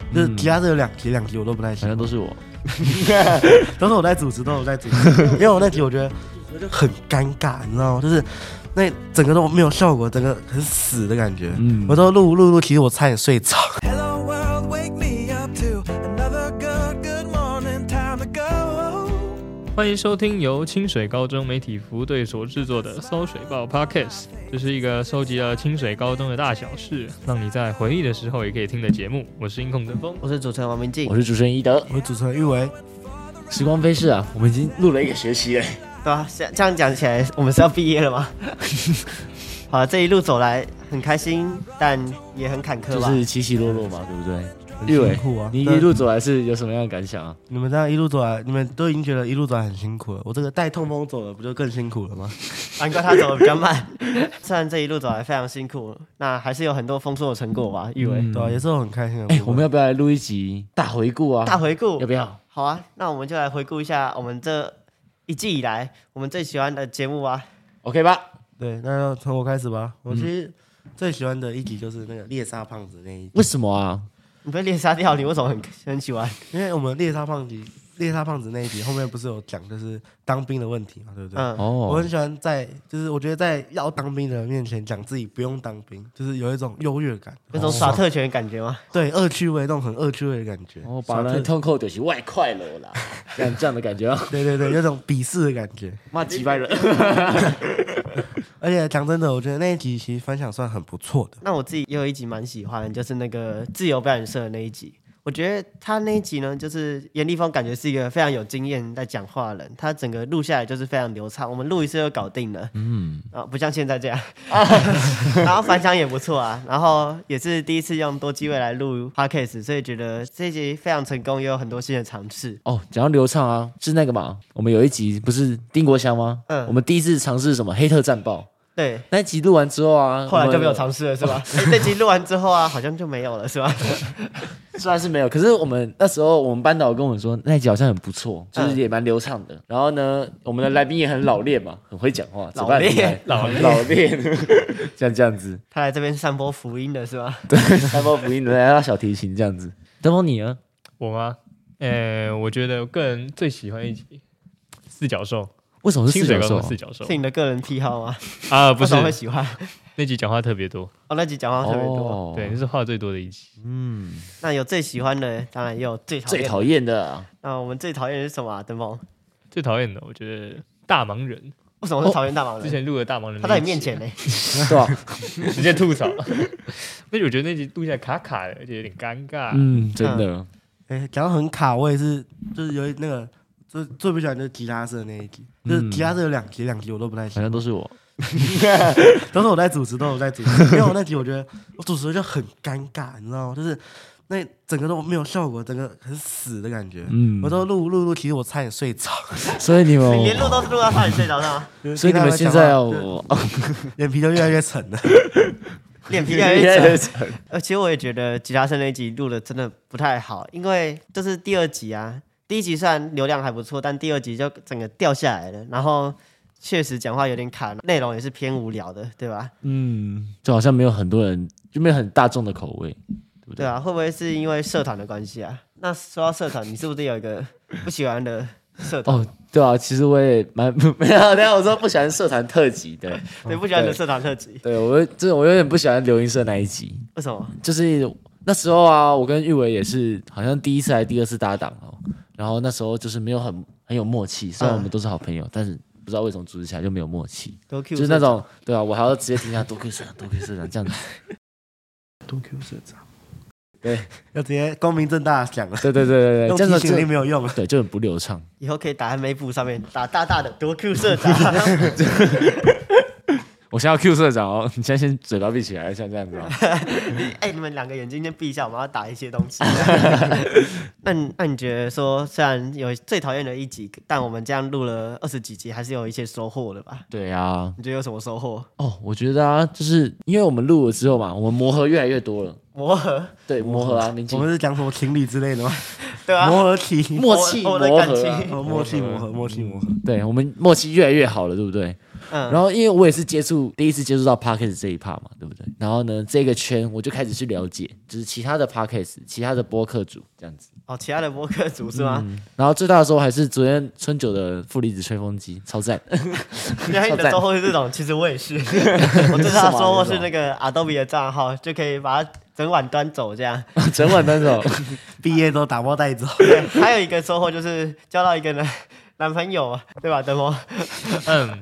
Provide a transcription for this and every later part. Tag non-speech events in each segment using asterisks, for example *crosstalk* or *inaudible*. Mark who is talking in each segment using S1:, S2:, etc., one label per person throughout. S1: 嗯
S2: 就是其他这有两题，两题我都不太
S1: 反
S2: 行
S1: 正，都是我。
S2: *laughs* 都是我在主持，都是我在主
S1: *laughs*
S2: 持，因为我那题我觉得我就很尴尬，你知道吗？就是那整个都没有效果，整个很死的感觉。
S1: 嗯
S2: 我都录录录，其实我差点睡着。
S3: Hello world, wake me up to another good, good morning time to go.
S4: 欢迎收听由清水高中媒体服务队所制作的《搜水报 Podcast》，这是一个收集了清水高中的大小事，让你在回忆的时候也可以听的节目。我是音控跟风，
S5: 我是主持人王明静
S1: 我，是主持人一德。
S2: 我主持人玉维，
S1: 时光飞逝啊，我们已经录了一个学期了。
S5: 对啊，这样这样讲起来，我们是要毕业了
S1: *laughs*
S5: 吗？好，啊这一路走来很开心，但也很坎坷
S1: 就
S5: 吧。
S1: 是起起落落嘛，对不对？
S2: 很
S1: 玉伟
S2: 辛苦啊！
S1: 你
S2: 对
S1: 一路走来是有什么样的感想啊？
S2: 你们这样一路走来，你们都已经觉得一路走来很辛苦了，我这个带痛风走了，不就更辛苦了吗？
S5: 难怪他走的比较慢。 *laughs* 虽然这一路走来非常辛苦，那还是有很多丰硕的成果吧。玉伟，
S1: 嗯
S2: 对啊，也是我很开心的部分。
S1: 哎，我们要不要来录一集大回顾啊？
S5: 大回顾
S1: 要不要？
S5: 好啊，那我们就来回顾一下我们这一季以来我们最喜欢的节目啊吧。
S1: OK 吧？
S2: 对，那要从我开始吧。
S1: 嗯
S2: 我其实最喜欢的一集就是那个猎杀胖子那一集，
S1: 为什么啊？
S5: 你被猎杀掉，你为什么很很喜欢？
S2: 因为我们猎杀胖子猎杀胖子那一集后面不是有讲就是当兵的问题嘛，对不对？
S5: 嗯，
S2: 我
S1: 哦
S2: 很，喜欢在，就是我觉得在要当兵的人面前讲自己不用当兵，就是有一种优越感，哦
S5: 那种耍特权的感觉吗？
S2: 对恶趣味那种很恶趣味的感觉。
S1: 哦，把人痛扣就是外快了 *laughs* 啦，这样这样的感觉啊，
S2: 对对对，有种鄙视的感觉。
S1: 骂几百人。
S2: 而且讲真的，我觉得那一集其实反响算很不错的。
S5: 那我自己也有一集蛮喜欢，就是那个自由表演社的那一集。我觉得他那一集呢，就是严立峰感觉是一个非常有经验在讲话的人，他整个录下来就是非常流畅，我们录一次就搞定了。嗯，啊，不像现在这样。然后反响也不错啊，然后也是第一次用多机位来录 podcast，所以觉得这一集非常成功，也有很多新的尝试。
S1: *laughs* 哦，讲到流畅啊，是那个嘛？我们有一集不是丁国祥吗？
S5: 嗯
S1: 我们第一次尝试什么黑特战报，
S5: 对，
S1: 那一集录完之后啊，
S5: 后来就没有
S1: 尝，
S5: 尝试了是吧？诶这集录完之后啊，好像就没有了是吧？
S1: 虽然是没有，可是我们那时候我们班导跟我们说那一集好像很不错，就是
S5: 嗯
S1: 也蛮流畅的。然后呢，我们的来宾也很老练嘛，很会讲话，
S5: 老
S1: 嘴巴很厉害
S5: 练
S1: 嗯老 *laughs* 老练， *laughs* 像这样子，
S5: 他来这边散播福音的是吧？
S1: 三包福音来到小提琴这样子。登峰你呢？
S4: 我吗？呃，我觉得我个人最喜欢一集四角兽，
S1: 为什么是
S4: 清
S1: 四
S4: 水
S1: 角
S4: 高
S1: 兽
S4: 中
S1: 啊？
S4: 四角兽
S5: 是你的个人癖好吗？
S4: 啊，不
S5: 为
S4: 是
S5: 什么会喜欢？
S4: 那集讲话特别多，
S5: 哦，那集讲话特别多。
S1: 哦
S4: 对，那，是话最多的一集。
S5: 那有最喜欢的，当然也有最讨
S1: 最
S5: 厌的。
S1: 讨厌的啊
S5: 那我们最讨厌的是什么、啊？登峰，
S4: 最讨厌的，我觉得大忙人，
S5: 为什么是讨厌大忙
S1: 哦
S4: 之
S5: 人？
S4: 前录的大忙人那一集，
S5: 他在你面前呢、
S1: 对吧？
S4: 直接吐槽。那集我觉得那集录下来卡卡的，而且有点尴尬。
S1: 嗯，真的。
S2: 哎，讲到很卡，我也是，就是有一那个最最不喜欢就是吉他社那一集，就是吉他社有两集，两集我都不太喜欢，
S1: 反正都是我，
S2: 都是我在主持，都是我在主持。因为我那集我觉得我主持就很尴尬，你知道吗？就是那整个都没有效果，整个很死的感觉。
S1: 嗯
S2: 我都录录录，其实我差点睡着。
S1: 所以你们
S5: 你连录都是录到差点睡着
S1: *laughs*
S5: 上，啊
S1: 所以你们现在要
S2: 听他们
S1: 我
S2: 讲话眼皮都越来越沉了。
S5: 脸皮越来越沉。
S1: 沉。
S5: 而且我也觉得吉他声那一集录的真的不太好，因为这是第二集啊。第一集虽然流量还不错，但第二集就整个掉下来了。然后确实讲话有点卡，内容也是偏无聊的，对吧？
S1: 嗯，就好像没有很多人，就没有很大众的口味，对不
S5: 对啊，会不会是因为社团的关系啊？那说到社团，你是不是有一个不喜欢的社团？
S1: 哦，对啊，其实我也蛮 *laughs* 没有，等一下我说不喜欢社团特辑的，
S5: 对，不喜欢的社团特辑，
S1: *laughs* 对我这我有点不喜欢刘英社那一集，
S5: 为什么？
S1: 就是那时候啊，我跟玉伟也是好像第一次还是第二次搭档哦，然后那时候就是没有很很有默契，虽然我们都是好朋友，但是不知道为什么组织起来就没有默契，
S5: 多 Q
S1: *laughs* 就是那种对啊，我还要直接听一下多 Q 社长多 Q 社长这样子，
S2: 多 Q 社长，
S1: 对，
S2: 要直接光明正大讲了，
S1: *laughs* 对对对对
S2: 用
S1: 对，这样
S2: 提
S1: 子
S2: 醒力
S1: 就
S2: 没有用。
S1: 对就很不流畅。
S5: 以后可以打在眉部上面打大大的多
S1: *laughs*
S5: Q 社长，
S1: 我先要 Q 社长哦，你先先嘴巴闭起来，像这样子 *laughs* 哦。
S5: *laughs* 哎、你们两个眼睛先闭一下，我们要打一些东西。 *laughs* 那你那你觉得说，虽然有最讨厌的一集，但我们这样录了二十几集，还是有一些收获的吧？
S1: 对啊，
S5: 你觉得有什么收获？
S1: 哦，我觉得啊，就是因为我们录了之后嘛，我们磨合越来越多了。
S5: 磨合，
S1: 对，磨合啊，明
S2: 我
S1: 镜
S2: 们是讲什么情侣之类的吗？
S5: 对啊，
S2: 磨合期，
S1: 默契
S5: 我
S1: 磨
S5: 我的感
S1: 合啊、
S5: 情
S2: 哦，默契磨合，默契磨合。
S1: 对我们默契越来越好了，对不对？
S5: 嗯
S1: 然后因为我也是接触第一次接触到 podcast 这一 part 嘛，对不对？然后呢，这个圈我就开始去了解，就是其他的 podcast、其他的播客组这样子。
S5: 哦，其他的播客组是吗？
S1: 然后最大的收获还是昨天春酒的负离子吹风机，超
S2: *laughs*
S1: 赞。
S5: 原来你
S1: 超
S5: 的
S1: 赞
S5: 收获是这种，其实我也
S1: *laughs*
S5: 是。我最大的收获是那个 Adobe 的账号，就可以把它整晚端走这样。
S1: 整晚单手，
S2: 毕业都打包带走，
S5: 对， *laughs* 还有一个收获就是交到一个男 *laughs* 男朋友，对吧，德蒙？
S4: 嗯，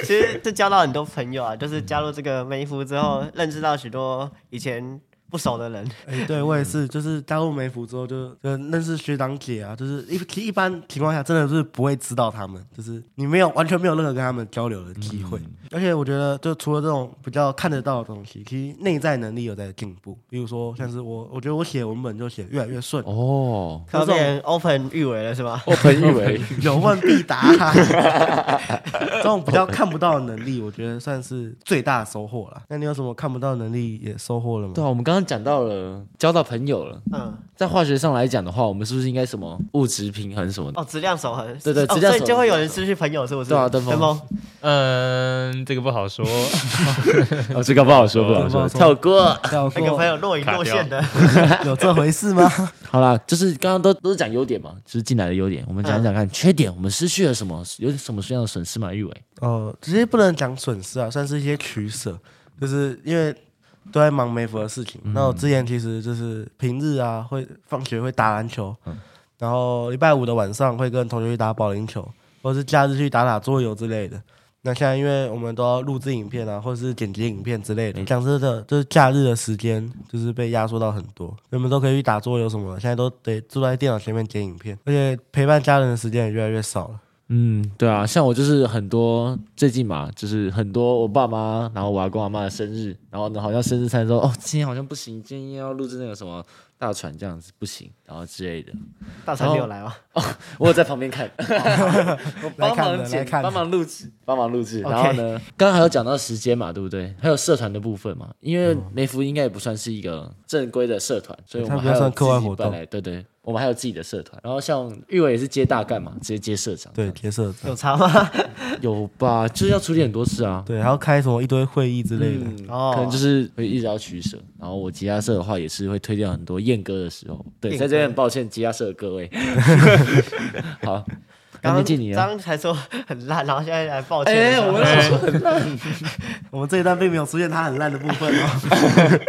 S5: 其实就交到很多朋友啊，就是加入这个美服之后，认识到许多以前不熟的
S1: 嗯
S5: 人。
S2: 哎，对我也是，就是加入美服之后就，就认识学长姐啊，就是一其实一般情况下真的是不会知道他们，就是你没有完全没有任何跟他们交流的机会。而且我觉得，就除了这种比较看得到的东西，其实内在能力有在进步。比如说，像是我，我觉得我写文本就写越来越顺，
S1: *laughs* 哦，
S5: 可变 open 誉为了是吧？
S1: 我朋友为
S2: *laughs* 有问必答，啊 *laughs* 这种比较看不到的能力，我觉得算是最大的收获了。那你有什么看不到的能力也收获了吗？
S1: 对啊，我们刚刚讲到了交到朋友了，
S5: 嗯，
S1: 在化学上来讲的话，我们是不是应该什么物质平衡什么的？
S5: 哦，质量守恒。
S1: 对对
S5: 哦
S1: 质量
S5: 所
S1: 守恒
S5: 以就会有人失去朋友，是不是？
S1: 对啊登峰
S5: 登峰。
S4: 嗯，这个不好 *laughs* 说。
S1: 哦，这个不好说，不好
S2: 这个不
S1: 说，
S2: 好说
S1: 跳过。
S2: 跳
S5: *laughs* 那个
S2: 过
S5: 朋友若隐若现的，
S2: 有这回事吗？
S1: 好啦，就是刚刚都都是讲优点嘛，就是进来的优点，我们讲一讲看缺点，我们失去了什么，有什么样的损失吗？玉伟，
S2: 哦，其实不能讲损失啊，算是一些取舍，就是因为都在忙梅佛的事情。那我之前其实就是平日啊，会放学会打篮球，然后礼拜五的晚上会跟同学去打保龄球，或者是假日去打打桌游之类的。那现在因为我们都要录制影片啊，或者是剪辑影片之类的，讲真的，就是假日的时间就是被压缩到很多，我们都可以去打桌游什么的，现在都得坐在电脑前面剪影片，而且陪伴家人的时间也越来越少了。
S1: 嗯，对啊，像我就是很多最近嘛，就是很多我爸妈，然后我阿公阿妈的生日，然后呢好像生日餐说哦，今天好像不行，今天要录制那个什么大船这样子不行，然后之类的，
S5: 大川没有来吗？
S1: 我有在旁边看，我帮
S2: 看的
S1: 忙剪
S2: 来，看的
S1: 帮忙录制，帮忙录制。
S5: OK
S1: 然后呢，刚刚还有讲到时间嘛，对不对？还有社团的部分嘛，因为梅福应该也不算是一个正规的社团，所以我们
S2: 它
S1: 还
S2: 比较
S1: 有
S2: 算
S1: 自
S2: 课外
S1: 己
S2: 活
S1: 办
S2: 动
S1: 来，对对，我们还有自己的社团。然后像玉伟也是接大干嘛，直接接社长，
S2: 对，接受。
S1: 哦
S5: 有差吗？
S1: 有吧？就是要处理很多事啊，
S2: 对，还要开什么一堆会议之类的。
S1: 嗯，
S5: 哦
S1: 可能就是会一直要取舍。然后我吉他社的话，也是会推掉很多宴歌的时候。对，
S5: 宴
S1: 在这
S5: 歌
S1: 边很抱歉吉他社的各位。好，
S5: 刚
S1: 那
S5: 刚
S1: 念你
S5: 刚
S1: 了。
S5: 刚才说很烂，然后现在来抱歉。
S1: 哎，
S5: *laughs*
S1: 我们老师
S2: 我们这一段并没有出现他很烂的部分哦。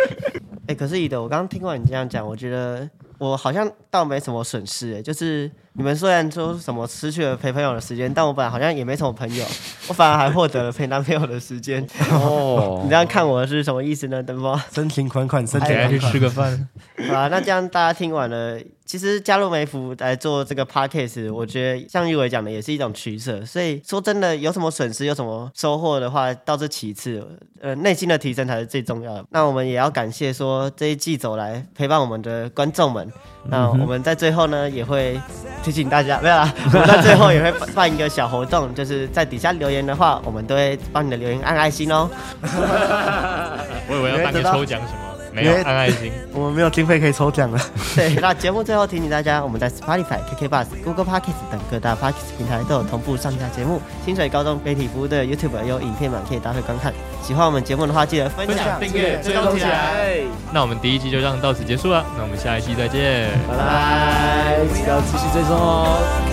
S5: 哎、可是乙德，我刚刚听完你这样讲，我觉得我好像倒没什么损失、哎，就是你们虽然说什么失去了陪朋友的时间，但我本来好像也没什么朋友，我反而还获得了陪男朋友的时间。
S1: 哦
S5: 你这样看我是什么意思呢，登峰？
S2: 深情款款，深情
S4: 等一下哎去
S2: 款
S4: 吃
S2: 款。
S4: 个饭。
S5: 好啊，那这样大家听完了，其实加入美孚来做这个 podcast，我觉得像玉伟讲的，也是一种取舍。所以说真的，有什么损失，有什么收获的话，倒是其次，呃，内心的提升才是最重要的。那我们也要感谢说这一季走来陪伴我们的观众们。那我们在最后呢，也会提醒大家，没有啦， *laughs* 我们在最后也会办办一个小活动，就是在底下留言的话，我们都会帮你的留言按爱心哦。
S4: 哎我以为要当个抽奖什么，没有
S2: 你会
S4: 按爱心。
S2: 我们没有经费可以抽奖了。
S5: 对， *laughs* 那节目最后提醒大家，我们在 Spotify、KK Bus、Google Podcast 等各大 Podcast 平台都有同步上架节目。清水高中媒体服务队的 YouTube 有影片版可以搭配观看。喜欢我们节目的话，记得分
S4: 分
S5: 享
S4: 享、、订阅、追踪起
S5: 啊
S4: 来。啊那我们第一季就让到此结束了，那我们下一期再见。
S1: 拜拜，记得要继续追踪哦。